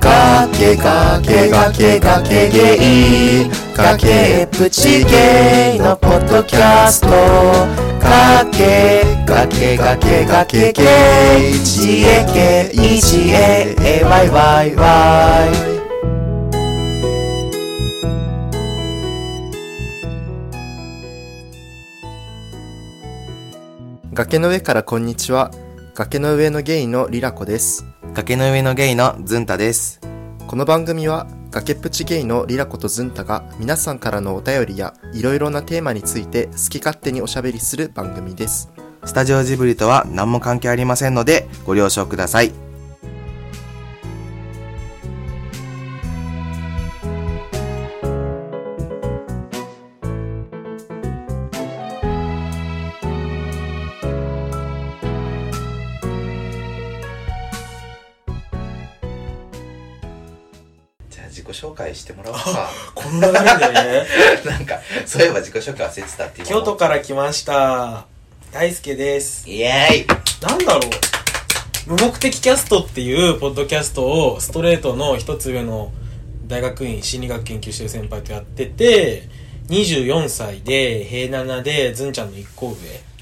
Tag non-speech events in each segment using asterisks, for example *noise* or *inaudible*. かけかけがけがけゲイかけプチゲイのポッドキャストかけかけがけがけゲイ GAKEGAAYYY 崖の上からこんにちは崖の上のゲイのリラコです崖の上のゲイのズンタです。この番組は崖っぷちゲイのリラコとズンタが皆さんからのお便りやいろいろなテーマについて好き勝手におしゃべりする番組ですスタジオジブリとは何も関係ありませんので、ご了承ください。じゃあ自己紹介してもらおう *laughs* か。この流れでなんか、そういえば自己紹介忘れてたっていう。京都から来ました大輔ですイエーイなんだろう無目的キャストっていうポッドキャストをストレートの一つ上の大学院心理学研究してる先輩とやってて24歳で平7でずんちゃんの一個上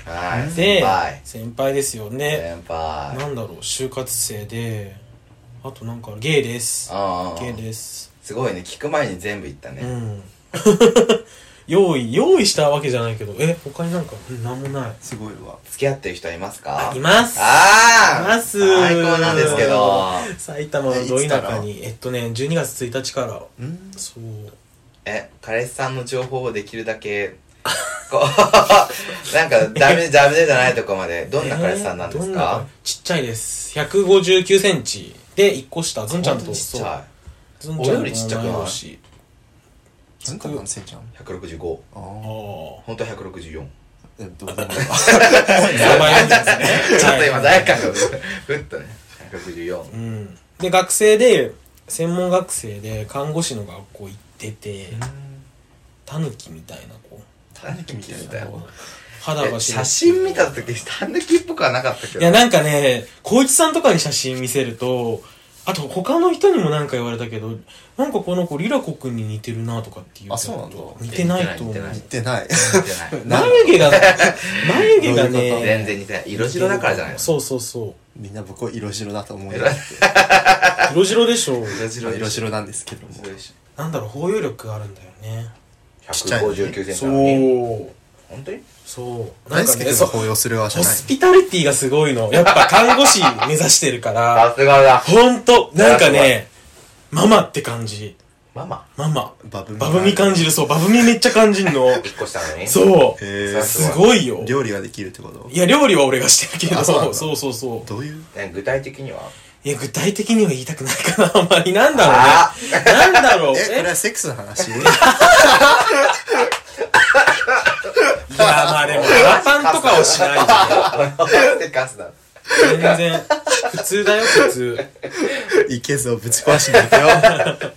はい、で先輩。先輩ですよね先輩。なんだろう就活生であとなんかゲイですあゲイあ。ですすごいね、聞く前に全部言ったね。うん *laughs* 用意用意したわけじゃないけどえ他になんかうんなんもないすごいわ付き合ってる人はいますかいますあーいます最高なんですけど。埼玉のど田舎にえっとね12月1日からんそうえ、彼氏さんの情報をできるだけ、こう、なんかダメ、ダメじゃないとこまで。どんな彼氏さんなんですえーどかなちっちゃいです1 5 9センチで1個下ずんちゃんほととちっちそうゃずんちゃん俺よりちっちゃくないしずんた何歳じゃんい。165。あーああ本当は164。えどうでもいいわ *laughs* やばいんですね *laughs* ちょっと今、罪悪か感が、ふっとね。164。うんで学生で専門学生で看護師の学校行っててタヌキみたいな子タヌキみたいな。肌えが白写くて真見た時、タヌキっぽくはなかったけいや、ど。なんかね、光一さんとかに写真見せると、あと他の人にもなんか言われたけど、なんかこの子、リラコ君に似てるなとかっていう。あそうなんだ似てないと思似てうない。似似て *laughs* ない似てない。眉毛が、 *laughs* 眉毛がどういうことね、全然似てない。色白だからじゃないのそうそうそう。みんな僕を色白だと思うよ色色白でしょ。色白でしょ色白なんですけどもそうでしなんだろう、包容力があるんだよね。っちゃいょ159センチそなのにう。本当にそう。なん大か輔ね、君そがう。抱擁するわじゃホないスピタリティがすごいの。やっぱ看護師目指してる *laughs* から、さすがだほんと、なんかね、ママって感じ。ママママ。バブミバブミ感じる、そう、バブミめっちゃ感じ *laughs* んの。 1個したのにそへう。ーすごいよ。料理ができるってこといや、料理は俺がしてるけど、あそうなんだそうそうそう。どういうえ具体的にはい *laughs* や、具体的には言いたくないかな、あんまり。なんだろうね。なんだろう。えこれえはセックスの *laughs* 話いや、まあで *laughs* も、ラパンとかはしないよ。でカスだ全然。普通だよ、普通。いけそうぶち壊しに行くよ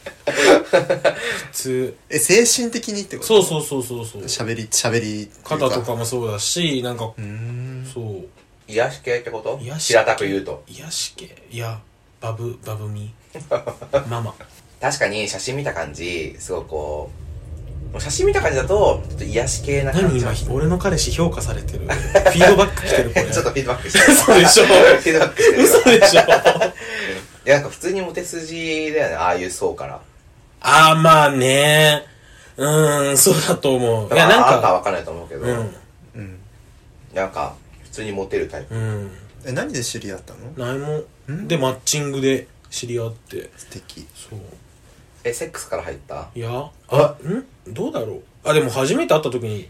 普通。え精神的にってことそうそうそうそうそう。喋り、喋りっていうか。肩とかもそうだし、なんかう、ーん。そう。癒し系ってこと癒し系平たく言うと癒し系。いや、バブ、バブ *laughs* ミ。ママ。確かに写真見た感じすごいこう写真見た感じだとちょっと癒し系な感何じ今、俺の彼氏評価されてる。フィードバック来てる、これ。 *laughs* ちょっとフィードバックして *laughs* 嘘でしょ *laughs* フィードバックしてる *laughs* 嘘でしいょやなんか普通にモテ筋だよねああいう層からあーまあねうーんそうだと思ういやなんあんたはか分かんないと思うけどうんうん。なんか普通にモテるタイプうんえ、何で知り合ったの何もんでマッチングで知り合って素敵。そうえセックスから入ったいやあんどうだろうあでも初めて会った時に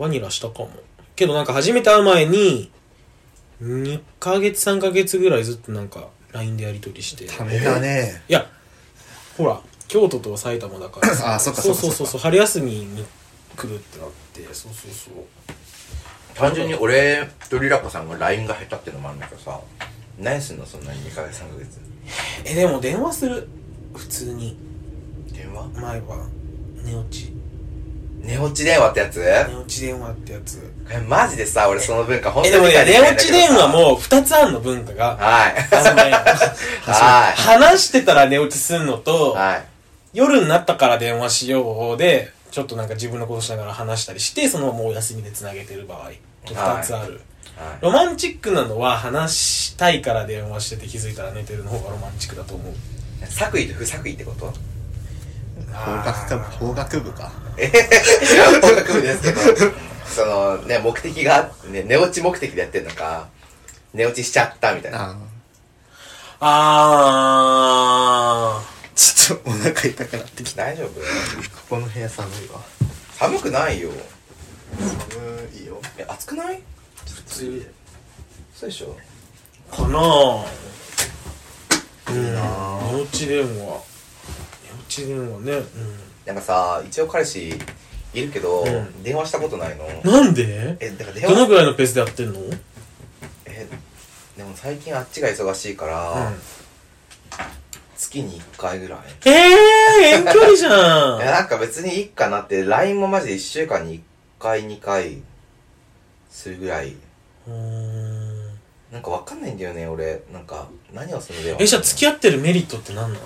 バニラしたかもけどなんか初めて会う前に2ヶ月3ヶ月ぐらいずっとなんか LINE でやり取りしていためだね。やほら京都と埼玉だから *laughs* あそっかそそうっかそっかそうそうそう春休みに来るってなってそうそうそう単純に俺とリラコさんが LINE が減ったっていうのもあるんだけどさ何すんのそんなに2ヶ月3ヶ月えでも電話する普通に電話前は寝落ち寝落ち電話ってやつ寝落ち電話ってやつ。えマジでさ、俺その文化本え、当でにもね、寝落ち電話う。も二つあんの、文化が。はい。あのねは話してたら寝落ちすんのと、い。はい。夜になったから電話しようで、ちょっとなんか自分のことしながら話したりして、そのままお休みで繋げてる場合。二つある。はいロマンチックなのは話したいから電話してて気づいたら寝てるの方がロマンチックだと思う。作為と不作為ってこと法学科部法学部かいや、音楽ですけど、そのね、目的があって、ね、寝落ち目的でやってんのか、寝落ちしちゃったみたいな。ああー。ーちょっとお腹痛くなってきた大丈夫ここの部屋寒いわ寒くないよ。寒いよえ、暑くない普通そうでしょかなぁ。うん。寝落ち電話。寝落ち電話ね。なんかさ、一応彼氏いるけど、うん電話したことないの。うん。なんでえ、だから電どの話、ぐらいのペースでやってんのうん。え、でも最近あっちが忙しいから、月に1回ぐらい。ええー、遠距離じゃいや、ん。なんか別にいいかなって、LINE もマジで1週間に1回、2回、するぐらい。うーん。なんかわかんないんだよね、俺。なんか、何をするの電話え、じゃあ付き合ってるメリットって何なの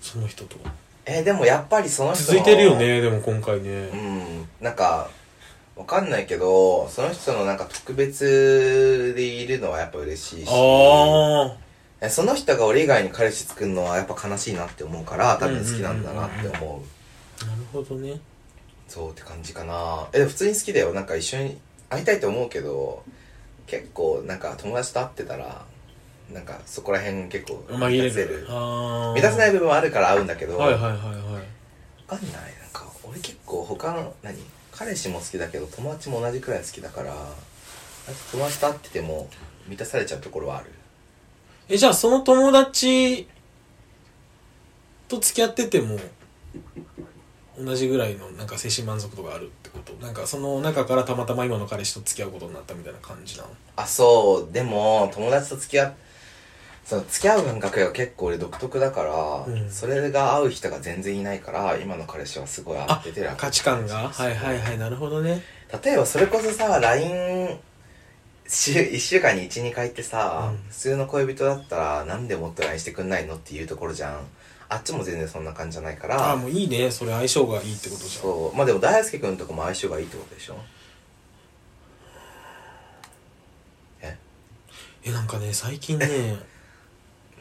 その人と。え、でもやっぱりその人の続いてるよ。ね、でも今回うね。ん。なんか、わかんないけど、その人のなんか特別でいるのはやっぱ嬉しいし。あえその人が俺以外に彼氏作るのはやっぱ悲しいなって思うから、多分好きなんだなってうんうん思う。ー。なるほどね。そうって感じかなえでも普通に好きだよなんか一緒に会いたいと思うけど結構なんか友達と会ってたらなんかそこら辺結構紛れせる。あー満たせない部分はあるから会うんだけど、はいはいはいはい。わかんないなんか俺結構他の何彼氏も好きだけど友達も同じくらい好きだから友達と会ってても満たされちゃうところはあるえ、じゃあその友達と付き合ってても、同じぐらいのなんか精神満足度があるってことなんかその中からたまたま今の彼氏と付き合うことになったみたいな感じなのあそうでも友達と付き合っその付き合う感覚が結構俺独特だから、うんそれが合う人が全然いないから今の彼氏はすごい合あってて楽価値観がはいはいはいなるほどね例えばそれこそさ LINE 週1週間に12回ってさ、うん普通の恋人だったらなんでもっと LINE してくんないのっていうところじゃんあっちも全然そんな感じじゃないかあらあもういいねそれ相性がいいってことじゃんそうまあでも大輔君とかも相性がいいってことでしょええなんかね最 *laughs* 近ね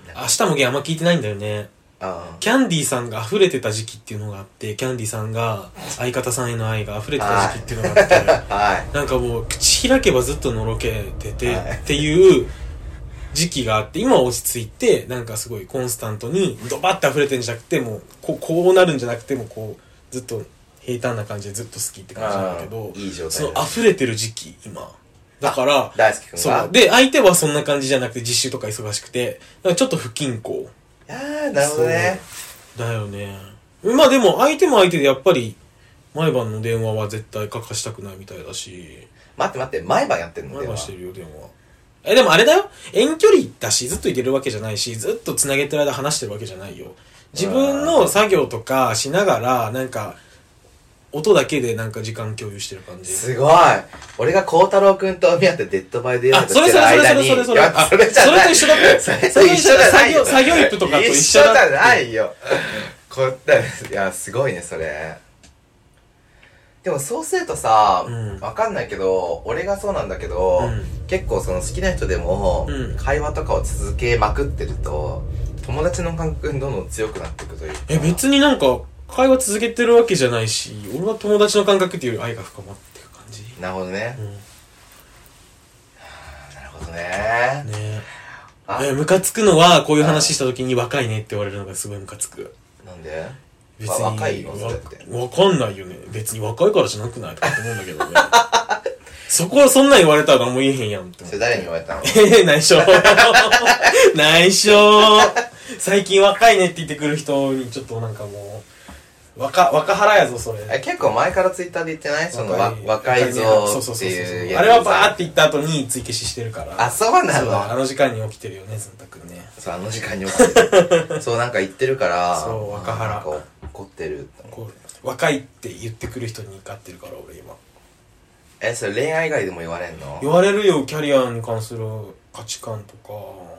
なんか明日もゲあんま聞いてないんだよねあキャンディーさんが溢れてた時期っていうのがあってキャンディーさんが相方さんへの愛が溢れてた時期っていうのがあってあはい *laughs* なんかもう口開けばずっとのろけててはいっていう時期があって今は落ち着いてなんかすごいコンスタントにドバッて溢れてんじゃなくてもうこうこうなるんじゃなくてもこうずっと平坦な感じでずっと好きって感じなんだけどあーいい状態その溢れてる時期今だから大輔君そがうで相手はそんな感じじゃなくて実習とか忙しくてだからちょっと不均衡あーなるほどねそうだよねまあでも相手も相手でやっぱり毎晩の電話は絶対欠かしたくないみたいだし待って待って毎晩やってんの前電は話してるよ電話えでもあれだよ遠距離だしずっといてるわけじゃないしずっとつなげてる間話してるわけじゃないよ自分の作業とかしながらなんか音だけでなんか時間共有してる感じすごい俺が孝太郎君と見合ってデッドバイデイライあトしそれてそるれそれ間それにそれそれいやあそれじゃないそれと一緒だってそれそとれと一一緒緒じゃだないよ作業作業服とかと一緒一だ緒じゃないよこうやっていやすごいねそれでもそうするとさ、うんわかんないけど俺がそうなんだけど、うん結構その好きな人でも、うん会話とかを続けまくってると友達の感覚にどんどん強くなっていくというかえ別になんか会話続けてるわけじゃないし俺は友達の感覚っていうより愛が深まってる感じなるほどねう、んなるほどねねあええムカつくのはこういう話した時に若いねって言われるのがすごいムカつくなんで別わに若いのそれってわわかんないよね別に若いからじゃなくないとかって思うんだけどね *laughs* そこはそんなん言われたら何も言えへんやんって思そうれ誰に言われたのえー、 *laughs* 内緒内緒最近若いねって言ってくる人にちょっとなんかもう若若腹やぞそれえ結構前からツイッターで言ってないそのわ若いぞ若そうそーうってそういうそやつうあれはバーって言った後に追消ししてるからあそうなそうあのの時間に起きてるよねずんたくんねそうあ *laughs* の時間に起きてるそうなんか言ってるからそう若原なんか怒ってるこう若いって言ってくる人に怒ってるから俺今えそれ恋愛以外でも言われんの言われるよキャリアに関する価値観とか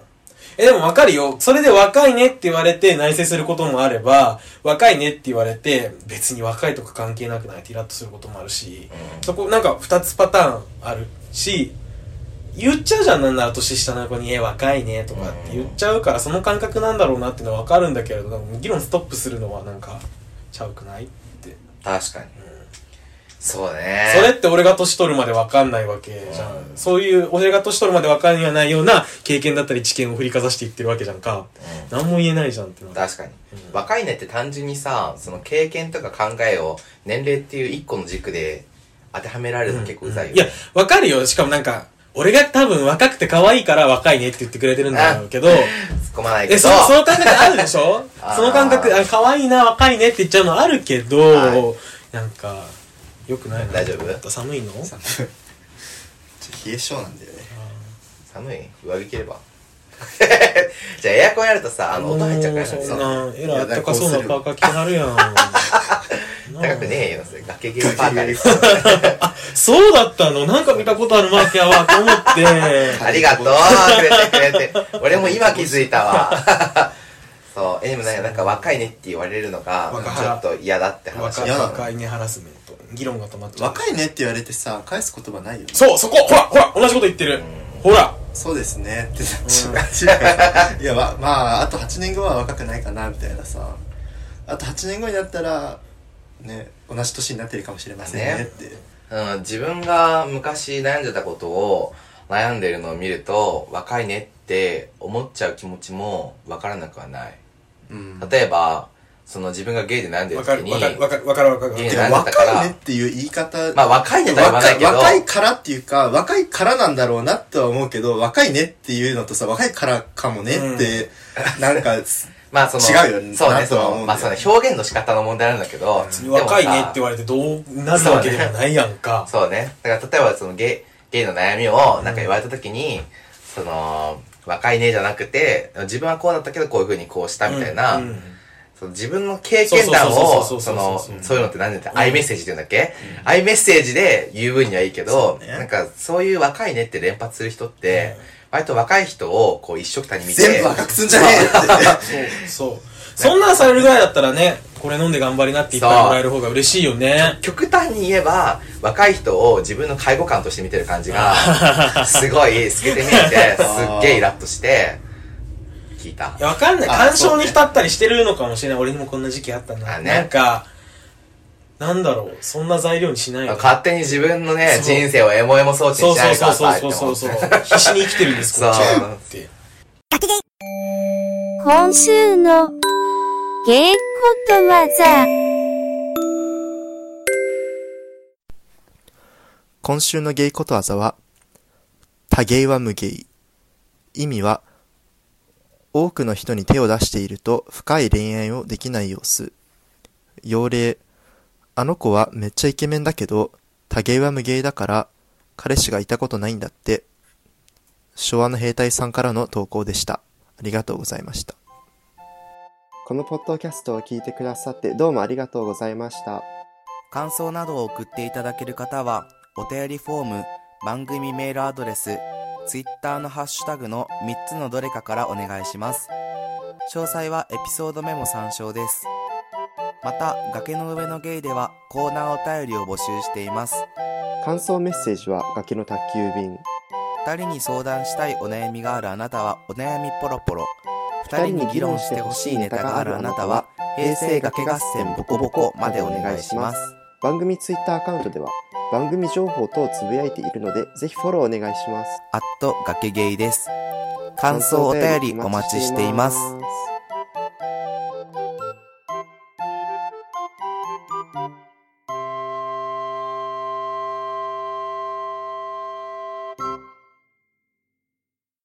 えでも分かるよそれで若いねって言われて内省することもあれば若いねって言われて別に若いとか関係なくないってイラッとすることもあるし、うんそこなんか2つパターンあるし言っちゃうじゃんなんなら年下の子に「え若いね」とかって言っちゃうからその感覚なんだろうなっていうのは分かるんだけれどなんか議論ストップするのはなんかちゃうくないって確かに、そうねそれって俺が年取るまで分かんないわけじゃん。そういう、俺が年取るまで分かんないような経験だったり知見を振りかざしていってるわけじゃんか。何も言えないじゃんってなる。確かに、若いねって単純にさその経験とか考えを年齢っていう一個の軸で当てはめられるの結構うざいよ、いや、分かるよ。しかもなんか、俺が多分若くて可愛いから若いねって言ってくれてるんだろうけど、突っ込まないけえ、どそその感覚あるでしょ *laughs* あーその感覚、あ、可愛いな、若いねって言っちゃうのあるけど、はなんか、よくないな。大丈夫ちょっと寒いのちょっと冷え性なんだよね寒い上着着れば *laughs* じゃあエアコンやるとさあの音入っちゃうからもねうそそうんな、えらいあったかそうなパーカー着てはるやん。 *laughs* 高くねえよそれ崖ゲームパーカ *laughs* ーですそうだったのなんか見たことあるマークやわと思って。ありがとうくれてくれて俺も今気づいたわそうえでもなんかなんか若いねって言われるのが若ちょっと嫌だって話若いや若いねハラスメント。議論が止まっちゃう。若いねって言われてさ返す言葉ないよねそう、そこほらほら同じこと言ってる。ほらそうですねってなっちゃうから *laughs* いやままああと8年後は若くないかなみたいなさあと8年後になったらね同じ年になってるかもしれませんねねってうん、自分が昔悩んでたことを悩んでるのを見ると若いねって思っちゃう気持ちもわからなくはないうん例えばその自分がゲイで悩んでるわか時るにわかるわかるわかるわかる。いやてなかんだから若いねっていう言い方まあ若いねとは言わないけど若いからっていうか若いからなんだろうなとは思うけど若いねっていうのとさ若いからかもねって、なんかまあその違うよねそうなねとそは思うのんだよまあその表現の仕方の問題なんだけど、でもさ若いねって言われてどうなるわけでもないやんか。そうねだから例えばそのゲイゲイの悩みをなんか言われた時に、その若いねじゃなくて自分はこうだったけどこういうふうにこうしたみたいな、うんうんその自分の経験談を、そそうそうそうそうの、そうそうそういうのって何だって、アイメッセージって言うんだっけ、アイメッセージで言う分にはいいけど、そうねなんかそういう若いねって連発する人って、割と若い人をこう一緒くたに見て、全部若くすんじゃねえってそう。そんなんされるぐらいだったらね、これ飲んで頑張りなって言ってもらえる方が嬉しいよね。極端に言えば、若い人を自分の介護官として見てる感じ *laughs* が、すごい透けて見えて、すっげえイラッとして、聞いたい。や、わかんない。あ干そ渉うにね浸ったりしてるのかもしれない。俺にもこんな時期あったな。あねなんか、なんだろう。そんな材料にしないよね勝手に自分のねそ、う人生をエモエモ装置そにうしそなういかそうらさ、そうそうそう。って思って必死に生きてるんです、こっちそうはって。今週の芸ことわざ。今週のゲイことわざは多芸は無芸意味は多くの人に手を出していると深い恋愛をできない様子要例あの子はめっちゃイケメンだけど多芸は無芸だから彼氏がいたことないんだって昭和の兵隊さんからの投稿でしたありがとうございましたこのポッドキャストを聞いてくださってどうもありがとうございました感想などを送っていただける方は、お便りフォーム、番組メールアドレス、ツイッターのハッシュタグの3つのどれかからお願いします。詳細はエピソードメモ参照です。また、崖の上のゲイではコーナーお便りを募集しています。感想メッセージは崖の宅急便二人に相談したいお悩みがあるあなたはお悩みポロポロ。二人に議論してほしいネタがあるあなたは、平成崖合戦ボコボコまでお願いします。番組ツイッターアカウントでは番組情報等をつぶやいているのでぜひフォローお願いしますアット崖ゲイです。感想お便りお待ちしています。